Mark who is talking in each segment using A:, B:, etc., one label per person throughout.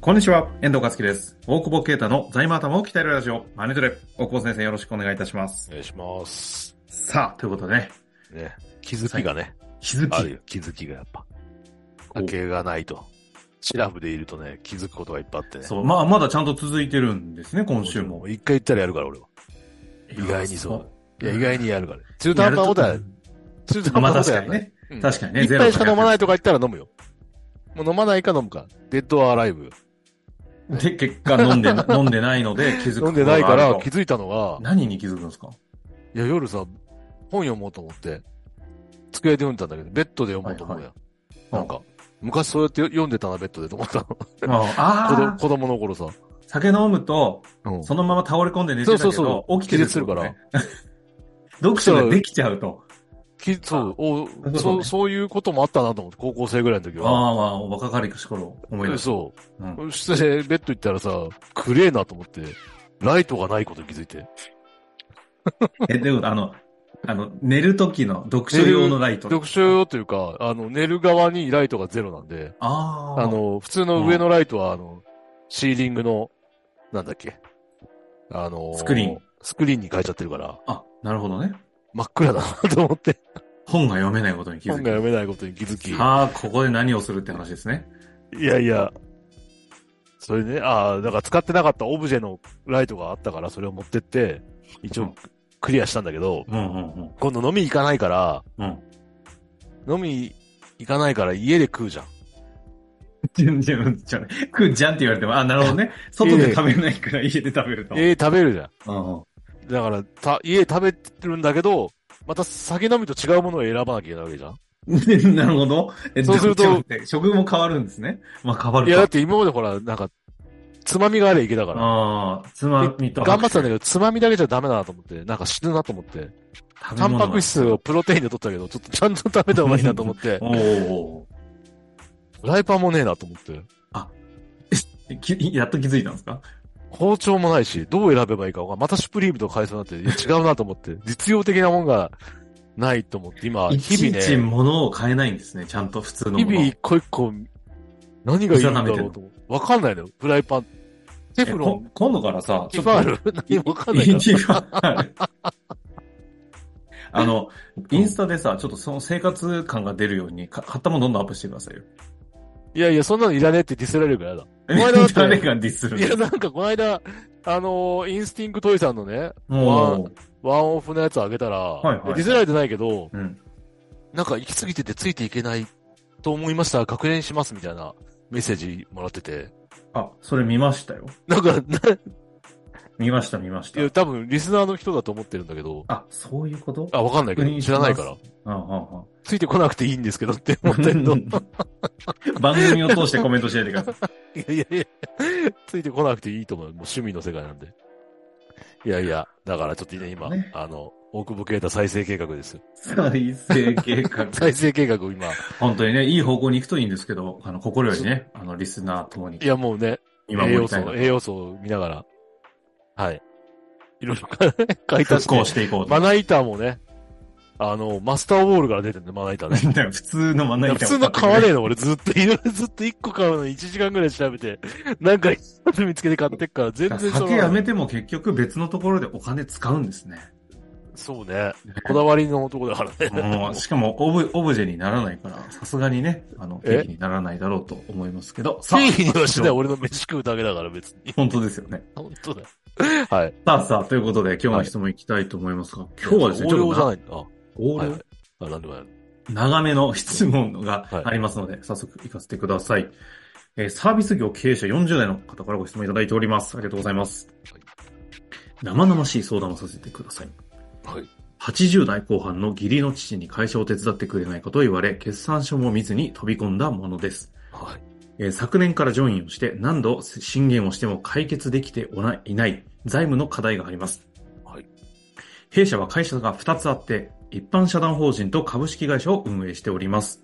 A: こんにちは、遠藤和樹です。大久保啓太の財務頭を鍛えるラジオ、マネトレ。大久保先生よろしくお願いいたします
B: お。願いします。
A: さあ、ということでね、
B: ね。気づきがね、
A: 気づ
B: ある
A: き、
B: よ。気づきがやっぱ。
A: お
B: 家計がないと。シラフでいるとね、気づくことがいっぱいあってね。
A: そう、まあ、まだちゃんと続いてるんですね、今週も。
B: 一回言ったらやるから、俺は。意外にそう。いや、意外にやるから。中途
A: やる
B: 半端な
A: と。
B: ことは、中途半
A: まあ
B: 端な
A: 確かに
B: ことはやらない。
A: ね。
B: うん
A: 確かにね、
B: 一
A: ゼロ
B: 杯しか飲まないとか言ったら飲むよ。もう飲まないか飲むか。デッドアライブ。
A: で、結果飲んで、飲んでない ので気づく
B: 飲んでないか
A: ことがあ
B: ら
A: ると
B: 気づいたのが、
A: 何に気づくんですか
B: いや、夜さ、本読もうと思って、机で読んでたんだけど、ベッドで読もうと思うやん。なんか、昔そうやって読んでたな、ベッドでと思ったの。
A: うん。あ
B: 子
A: あ
B: 供子供の頃さ。
A: ー、酒飲むと、
B: うん。
A: そのまま倒れ込んで寝てたけ
B: そ
A: ど、
B: うそうそう
A: 起きてるってことね。 読書ができちゃうと。
B: きそう、お
A: そうね
B: そう、そういうこともあったなと思って、高校生ぐらいの時
A: あ
B: は。
A: あ、まあ、若かりし頃思い出す。
B: そ
A: うん
B: う。そして、ベッド行ったらさ、暗えなと思って、ライトがないことに気づいて。
A: え、でも、あの、あの、寝る時の読書用のライト。
B: 読書用というか、あの、寝る側にライトがゼロなんで、
A: ああ。
B: あ、の、普通の上のライトは、あの、シーリングの、なんだっけ。あの、
A: スクリーン。
B: スクリーンに変えちゃってるから、
A: あ、なるほどね。
B: 真っ暗だなと思って、
A: 本が読めないことに気
B: 本
A: づ
B: が
A: く。
B: 読めないことに気づき。
A: さあ、ここで何をするって話ですね。
B: いやいや。それね、ああ、だから使ってなかったオブジェのライトがあったから、それを持ってって、一
A: うん
B: 応クリアしたんだけど、
A: うんうん
B: 今度飲み行かないから、
A: うん。うん。
B: 飲み行かないから家で食うじゃん。
A: じゃんじゃんじゃん。食うじゃんって言われても、あ、なるほどね。外で食べないから家で食べると。
B: 家で食べるじゃん。
A: うんうん。
B: だから、た、家で食べてるんだけど、また酒飲みと違うものを選ばなきゃいけないわけじゃん。
A: なるほど。え
B: そうすると
A: ちょっ待って食も変わるんですね。まあ変わる
B: いや、だっ
A: か。
B: て今までほら、なんか、つまみがあればいけたから。
A: ああ、つまみと
B: 頑張ってたんだ
A: ね。
B: けど、つまみだけじゃダメだなと思って、なんか死ぬなと思って、タ
A: タ
B: ンパク。質をプロテインで取ったけど、ちょっとちゃんと食べた方がいいなと思って、
A: おお
B: フライパンもねえなと思って。
A: ー。きやっと気づいたんですか
B: 包丁もないし、どう選べばいいかわかんないまたシュプリームとか買いそうになって、いや違うなと思って、実用的なもんがないと思って、今、
A: い
B: 日
A: ちい
B: 々
A: ち
B: ね、
A: 物を変えないんですね。ちゃんと普通の
B: 日
A: もの
B: 々
A: を。
B: 一個一個、何がいいんだろ
A: 見定めてん
B: うと思って。わかんないのよ。フライパン。テ
A: え
B: フロ
A: こ
B: ン、
A: 今度からさ、
B: ティファール何もわかんないから。
A: 一番あるあの、インスタでさ、ちょっとその生活感が出るように、か買ったものどんどんアップしてくださいよ。
B: いやいや、そんなのいらねえってディスられるからやだ。この間だって
A: 誰がディスする
B: いや、なんかこの間、あのーインスティンクトイさんのね、
A: もう、
B: ワンオフのやつあげたら、
A: いはい
B: ディスられてないけど、
A: うん。
B: なんか行き過ぎててついていけないと思いました。確認しますみたいなメッセージもらってて。
A: あ、それ見ましたよ。
B: なんか、な
A: 見ました、見まし
B: いや
A: た。
B: 多分リスナーの人だと思ってるんだけど、
A: あ、そういうこと
B: あ、わかんないけ
A: 確認
B: ど、
A: し
B: 知らないか
A: ま
B: ら。
A: うんうんうん。
B: ついてこなくていいんですけどって思ってるの。 い
A: 番組を通してコメントしないでください。
B: やいやいや、ついてこなくていいと思う。もう趣味の世界なんで。いやいや、だからちょっとね、今、
A: ね
B: あの、大久保啓太再生計画ですよ。
A: 再生計画。
B: 再生計画を今、
A: 本当にね、いい方向に行くといいんですけど、あの、心よりね、あの、リスナーともに
B: いやもうね、
A: 見
B: 栄
A: 守
B: 養
A: りたい
B: 素、
A: な
B: 栄養素を見ながら、はい。いろいろ 買い
A: と。
B: 足
A: 復興
B: し、
A: してていこうと
B: ま。な板もね、あの、マスターウォールから出てるんで、まな板ね。
A: だから 普通のまな板を
B: 普通の買わねえの、俺ずっと、いろいろずっと1個買うのに1時間ぐらい調べて、なんか一つ見つけて買ってっから、全然そ
A: 酒やめ
B: の、
A: ても結局別のところでお金使うんですね。
B: そうね、こだわりの男だからね。
A: もう、しかもオブ、オブジェにならないから、さすがにね、あの、ケ
B: え
A: ーキにならないだろうと思いますけど、
B: 正
A: さあ、
B: 義には しない、俺の飯食うだけだから、別に。
A: 本当ですよね。
B: 本当だよ。はい。
A: さあさあ、ということで今日の質問いきたいと思いますが、今日はですね、
B: 横領じゃ
A: な
B: ないんだ。あ、
A: 横領
B: はいはいあなんでもない。
A: 長めの質問が
B: はい
A: ありますので、早速行かせてください。えーサービス業経営者40代の方からご質問いただいております。ありがとうございます。
B: はい
A: 生々しい相談をさせてください。
B: はい。
A: 80代後半の義理の父に会社を手伝ってくれないかと言われ、決算書も見ずに飛び込んだものです。
B: はい。
A: えー昨年からジョインをして何度進言をしても解決できておないいない財務の課題があります。
B: はい
A: 弊社は会社が2つあって、一般社団法人と株式会社を運営しております。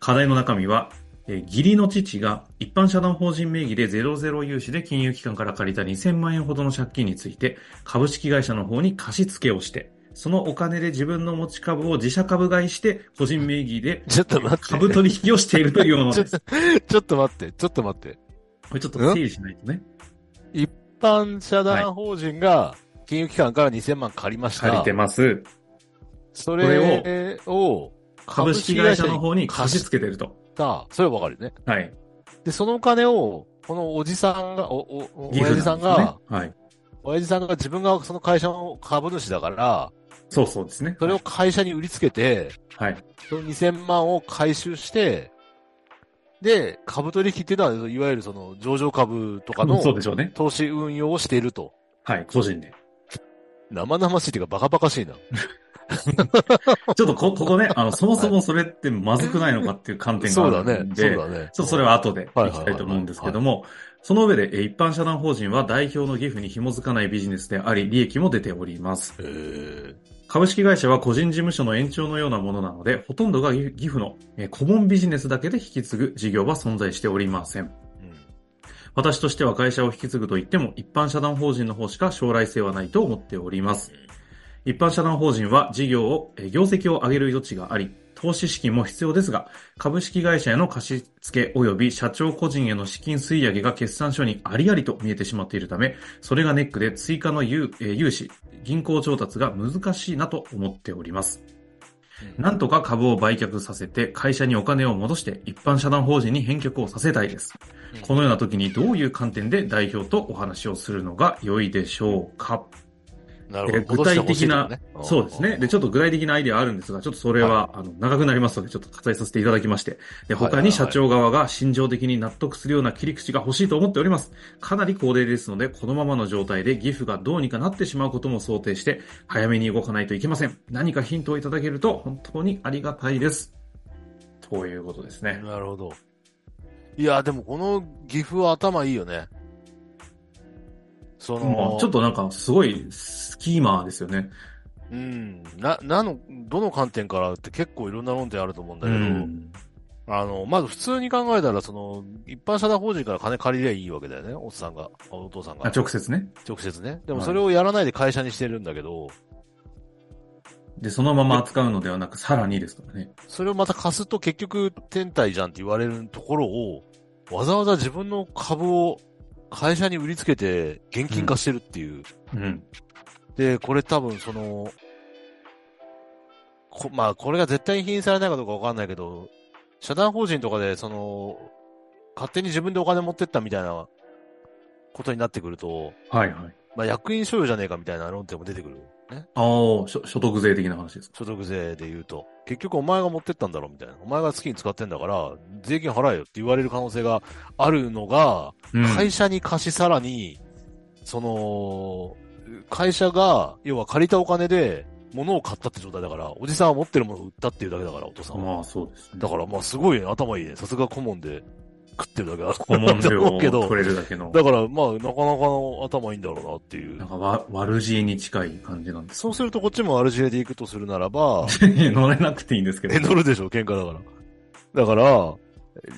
A: 課題の中身は、えー義理の父が一般社団法人名義で00融資で金融機関から借りた2000万円ほどの借金について、株式会社の方に貸し付けをして、そのお金で自分の持ち株を自社株買いして、個人名義で
B: ちょっと待って。
A: 株取引をしているというもの
B: ちょ
A: で
B: っ
A: す
B: と。ちょっと待って、ちょっと待って。
A: これちょっと整理しないとね。
B: 一般社団法人が金融機関から2000万借りました。
A: 借りてます。
B: それを
A: 株式会社の方に貸し付けてると。
B: た、それはわかるよね。
A: はい。
B: で、そのお金を、このおじさんが、お、お、お
A: 義
B: 親
A: 父
B: 父さんが、、
A: はい。
B: 親父さんが自分がその会社の株主だから、
A: そうそうですね。
B: それを会社に売りつけて、
A: はい。
B: その2000万を回収して、で、株取引っていうのは、いわゆるその上場株とかの
A: そうでしょうね。
B: 投資運用をしていると。
A: はい、個人で。
B: 生々しいっていうかバカバカしいな。
A: ちょっと こ、ここね、あの、そもそもそれってまずくないのかっていう観点が
B: そうだ
A: ある
B: ね
A: ん。
B: そ
A: で、
B: うだね。
A: ちょっとそれは後でいきたいと思うんですけども、その上で、えー一般社団法人は代表の義務に紐づかないビジネスであり、利益も出ております。
B: えー
A: 株式会社は個人事務所の延長のようなものなので、ほとんどが義義父のえー顧問ビジネスだけで引き継ぐ事業は存在しておりません。私としては会社を引き継ぐと言っても、一般社団法人の方しか将来性はないと思っております。一般社団法人は事業を、えー業績を上げる余地があり、投資資金も必要ですが、株式会社への貸し付け及び社長個人への資金吸い上げが決算書にありありと見えてしまっているため、それがネックで追加の融,、えー融資、銀行調達が難しいなと思っております。
B: うん
A: なんとか株を売却させて、会社にお金を戻して一般社団法人に返却をさせたいです。このような時にどういう観点で代表とお話をするのが良いでしょうか
B: なるほど。
A: 具体的な
B: 今年は欲しいけ
A: そ
B: どね
A: うですね。で、ちょっと具体的なアイデアあるんですが、ちょっとそれは、あの、長くなりますので、ちょっと割愛させていただきまして。で、
B: はいはい
A: 他に社長側が心情的に納得するような切り口が欲しいと思っております。かなり高齢ですので、このままの状態でギフがどうにかなってしまうことも想定して、早めに動かないといけません。何かヒントをいただけると本当にありがたいです。ということですね。
B: なるほど。いや、でもこの岐阜は頭いいよね。そ
A: も
B: の
A: う、ちょっとなんか、すごいスキーマーですよね。
B: うん、な、なの、どの観点からって結構いろんな論点あると思うんだ
A: う
B: けど、
A: ん。
B: あの、まず普通に考えたら、その、一般社団法人から金借りりゃいいわけだよね、おっさんが、お父さん
A: あ
B: が。
A: 直接ね。
B: 直接ね。でも
A: はい
B: それをやらないで会社にしてるんだけど、
A: で、そのまま扱うのではなく、さらにですからね。
B: それをまた貸すと結局、天体じゃんって言われるところを、わざわざ自分の株を会社に売りつけて現金化してるっていう。
A: うん。
B: で、これ多分その、こまあ、これが絶対に否認されないかどうかわかんないけど、社団法人とかで、その、勝手に自分でお金持ってったみたいなことになってくると、
A: はいはい。
B: まあ、役員所有じゃねえかみたいな論点も出てくる。ね。
A: ああ、所所得税的な話ですか。
B: 所得税で言うと。結局お前が持ってったんだろみたいな。お前が好きに使ってんだから、税金払えよって言われる可能性があるのが、
A: うん
B: 会社に貸しさらに、その、会社が、要は借りたお金で物を買ったって状態だから、おじさんは持ってるものを売ったっていうだけだから、お父さんは。
A: まあそうです、ね。
B: だからまあすごいね、頭いいね。さすが顧問で食ってるだけだ
A: 顧問
B: と
A: 料
B: 思うけ
A: を
B: ど
A: 取。れるだけの、
B: だからまあなかなかの頭いいんだろうなっていう
A: なん。かわ悪知恵に近い感じなんです。
B: そうするとこっちも RGA で行くとするならば、
A: 乗れなくていいんですけど
B: え、。乗るでしょ、喧嘩だから。だから、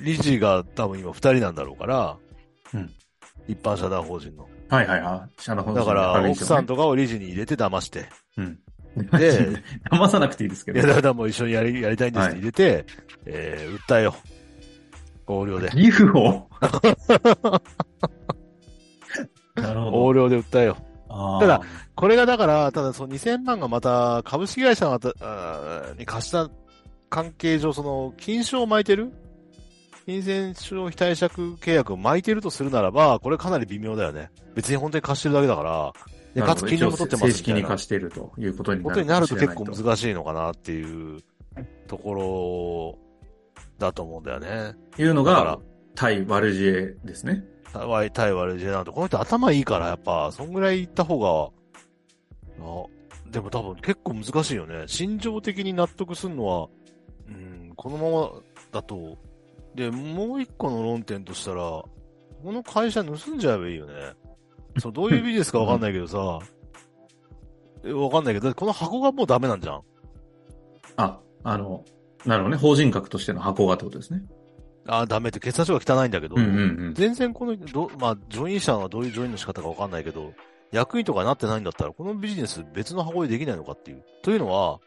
B: 理事が多分今二人なんだろうから、
A: うん
B: 一般社団法人の。
A: はいはいはい。社の方
B: だから、
A: 軽い
B: 奥
A: 人ね
B: さんとかを理事に入れて騙 して、
A: うん。
B: で、
A: 騙さなくていいですけ
B: い
A: ど
B: や、。だからもう一緒にやりやりたいんですって入れて、えー、訴えよう。横領で。
A: ギフ を。なるほ
B: 横領で訴えよう。
A: ど。
B: ただ、これがだから、ただその2000万がまた株式会社がまたあーに貸した関係上、その金賞を巻いてる金銭消費貸借契約を巻いてるとするならば、これかなり微妙だよね。別に本当に貸してるだけだから、でかつ金利も取ってます
A: 正
B: み
A: 式
B: たい
A: に
B: な
A: 貸しているということになる
B: ことになると結構
A: 知らない
B: 難しいのかなっていうところだと思うんだよね。
A: というの
B: だか
A: が
B: ら、
A: 対悪知恵ですね。
B: 対対ワルジェなんて、この人頭いいから、やっぱ、そんぐらい行った方が、あでも多分結構難しいよね。心情的に納得するのは、うん、このままだと、で、もう一個の論点としたら、この会社盗んじゃえばいいよね。そう、どういうビジネスかわかんないけどさ、えわかんないけど、だってこの箱がもうダメなんじゃん。
A: あ、あの、なるほどね。法人格としての箱がってことですね。
B: あダメって、決算書が汚いんだけど、
A: うんうんうん。
B: 全然この、ど、まあ、ジョイン者はどういうジョインの仕方かわかんないけど、役員とかになってないんだったら、このビジネス別の箱でできないのかっていう。というのは、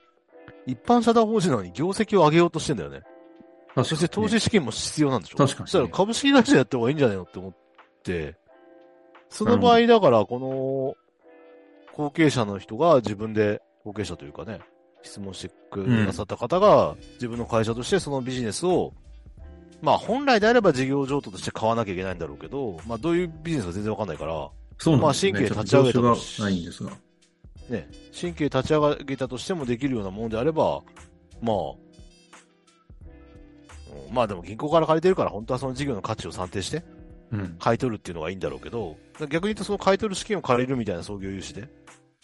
B: 一般社団法人なのに業績を上げようとしてんだよね。
A: そ
B: そして投資資金も必要なんでしょ
A: 確かにね
B: そしたら株式会社やった方がいいんじゃないのって思っって、その場合だから、この後継者の人が自分で、後継者というかね、質問してくださった方が、自分の会社としてそのビジネスを、まあ本来であれば事業譲渡として買わなきゃいけないんだろうけど、まあどういうビジネスか全然わかんないから、
A: そうなんですね。
B: まあ神経立ち
A: ちょ
B: 上
A: っ
B: げ
A: と
B: た
A: 業
B: と
A: 種がないんですが。
B: ね、神経立ち上げたとしてもできるようなものであれば、まあ、うんまあでも銀行から借りてるから本当はその事業の価値を算定して
A: うん。
B: 買い取るっていうのがいいんだろうけど、逆に言うとその買い取る資金を借りるみたいな創業融資で、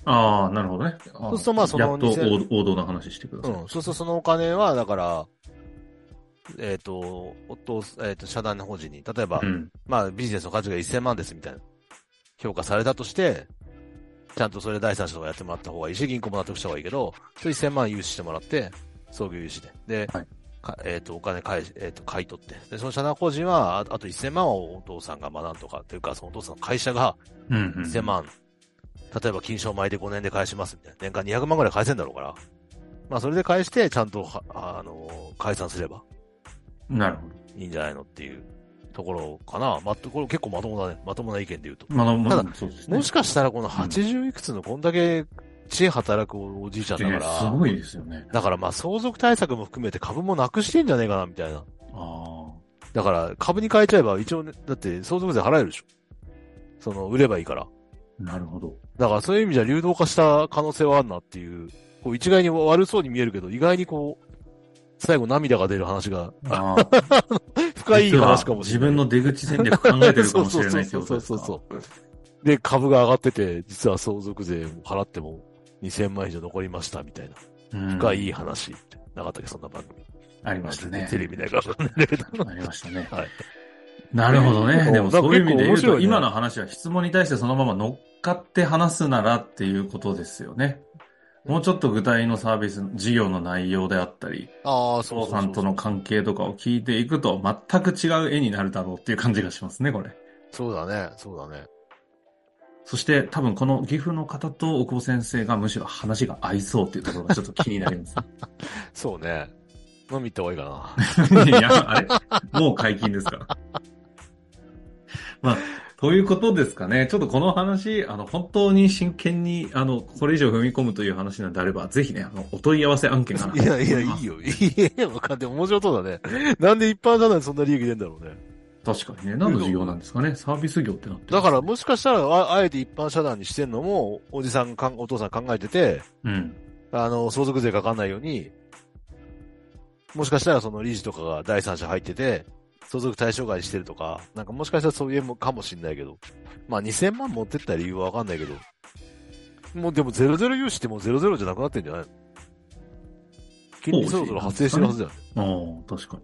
A: ああ、なるほどね。そ
B: そうするとまあその
A: やっと
B: 2000
A: 王王道な話してくだ
B: う
A: さい。
B: ん、そうするとそのお金はだから、えっ、と、お父さんえっ、と、社団法人に、例えば、
A: うん。
B: まあビジネスの価値が1000万ですみたいな、評価されたとして、ちゃんとそれ第三者とかやってもらった方がいいし、銀行も納得した方がいいけど、それ1000万融資してもらって、創業融資で。で、
A: はい
B: かえっ、と、お金返し、えっ、と、買い取って。で、その社団法人は、ああと1000万をお父さんがまあなんとか、というか、そのお父さんの会社が
A: うん、うん。
B: 1000万、例えば金賞米で5年で返しますみたいな。年間200万ぐらい返せんだろうから。まあ、それで返して、ちゃんとは、あの、解散すれば
A: なるほど。
B: いいんじゃないのっていうところかな。まあ、これ結構まともだね。まともな意見で言うと。
A: まあ、ま
B: た
A: あ、そうですね。
B: もしかしたらこの80いくつのこんだけ知恵働くおじいちゃんだか
A: ねす
B: ら、
A: ごいですよね。
B: だからまあ相続対策も含めて株もなくしてんじゃねえかなみたいな。
A: ああ。
B: だから株に変えちゃえば一応ね、だって相続税払えるでしょ。その売ればいいから。
A: なるほ ど。
B: だからそういう意味じゃ流動化した可能性はあるなっていう、こう一概に悪そうに見えるけど、意外にこう、最後涙が出る話が、
A: ああ。
B: 深い話かもしれな
A: 自
B: い。
A: 分の出口戦略考えてるかもしれないって
B: そ
A: こ
B: うそ
A: とですか。
B: うそうそうそう。で、株が上がってて、実は相続税を払っても2000万円以上残りましたみたいな。
A: うん
B: 深いいい話って。なかったっけ、そんな番組。
A: ありましたね。
B: テレビないからわかんないけど。
A: ありましたね。
B: はい。
A: なるほどね。でも
B: そう
A: そういう意味で言う
B: 結構面白
A: と、
B: いね
A: 今の話は質問に対してそのまま乗っかって話すならっていうことですよね。もうちょっと具体のサービス、事業の内容であったり、
B: ああ、
A: お父さんとの関係とかを聞いていくと全く違う絵になるだろうっていう感じがしますね、これ。
B: そうだね、そうだね。
A: そして多分この岐阜の方と大久保先生がむしろ話が合いそうっていうところがちょっと気になります。
B: そうね。飲み行った方がいい か
A: いや、あれ、もう解禁ですから。まあ、ということですかね。ちょっとこの話、あの、本当に真剣に、あの、これ以上踏み込むという話なんであれば、ぜひね、あの、お問い合わせ案件かな。
B: な。いやいや、いい。よ。いいよ、わかんない。面白そうだね。なんで一般社団にそんな利益出んだろうね。
A: 確かにね。何の事業なんですかね。サービス業ってなってます
B: だから、もしかしたら、ああえて一般社団にしてんのも、おじさんかん、お父さん考えてて、
A: うん。
B: あの、相続税かかんないように、もしかしたらその理事とかが第三者入ってて、相続対象外にしてるとか、なんかもしかしたらそういうもかもしんないけど、まあ2000万持ってった理由はわかんないけど、もうでも00融資ってもう00じゃなくなってんじゃないの金利そろそろ発生してるはずだよね。
A: ああ、確かに。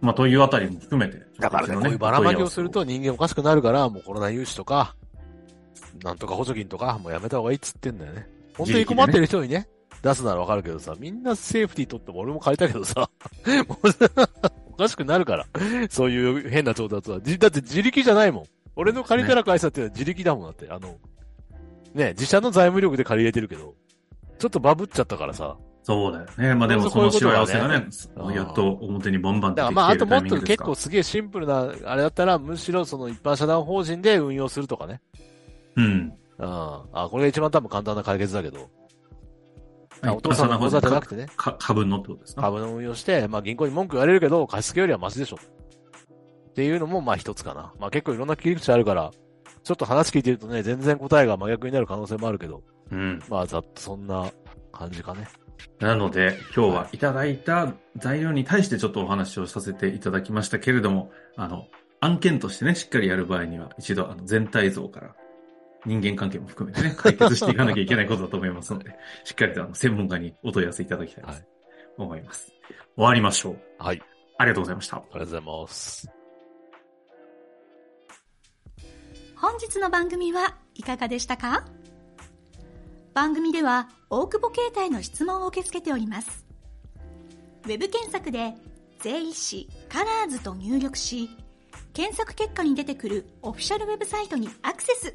A: まあ、というあたりも含めて。
B: だからね、こういうばらまきをすると人間おかしくなるから、もうコロナ融資とか、なんとか補助金とか、もうやめた方がいいっつってんだよね。本当に困ってる人にね、出すならわかるけどさ、みんなセーフティー取っても俺も借りたけどさ、 もうさおかしくなるから、そういう変な調達は。じだって自力じゃないもん。俺の借りたら返したっていうのは自力だもんだって。あの、ね、自社の財務力で借り入れてるけど、ちょっとバブっちゃったからさ。
A: そうだよね。まあ、でもそのしわ寄せがね、やっと表にバンバン
B: だ
A: 出てき
B: からまあ、
A: て
B: あ
A: い
B: と
A: る
B: も
A: タイ
B: っ
A: ミングで
B: と
A: す
B: 結
A: か。
B: 構すげえシンプルな、あれだったら、むしろその一般社団法人で運用するとかね。
A: うん。
B: うん。あ、これが一番多分簡単な解決だけど。あお父さんの
A: の
B: 口座じゃなくてね、
A: か株のってことですか
B: 株の運用して、まあ銀行に文句言われるけど、貸し付けよりはマシでしょ。っていうのもまあ一つかな。まあ結構いろんな切り口あるから、ちょっと話聞いてるとね、全然答えが真逆になる可能性もあるけど、
A: うん。
B: まあざっとそんな感じかね。
A: なので、今日はいただいた材料に対してちょっとお話をさせていただきましたけれども、あの、案件としてね、しっかりやる場合には、一度あの全体像から人間関係も含めてね、解決していかなきゃいけないことだと思いますので、しっかりとあの専門家にお問い合わせいただきたいと
B: はい
A: 思います。終わりましょう。
B: はい。
A: ありがとうございました。
B: ありがとうございます。
C: 本日の番組はいかがでしたか番組では大久保携帯の質問を受け付けておりますウェブ検索で「税理士カラーズと入力し検索結果に出てくるオフィシャルウェブサイトにアクセス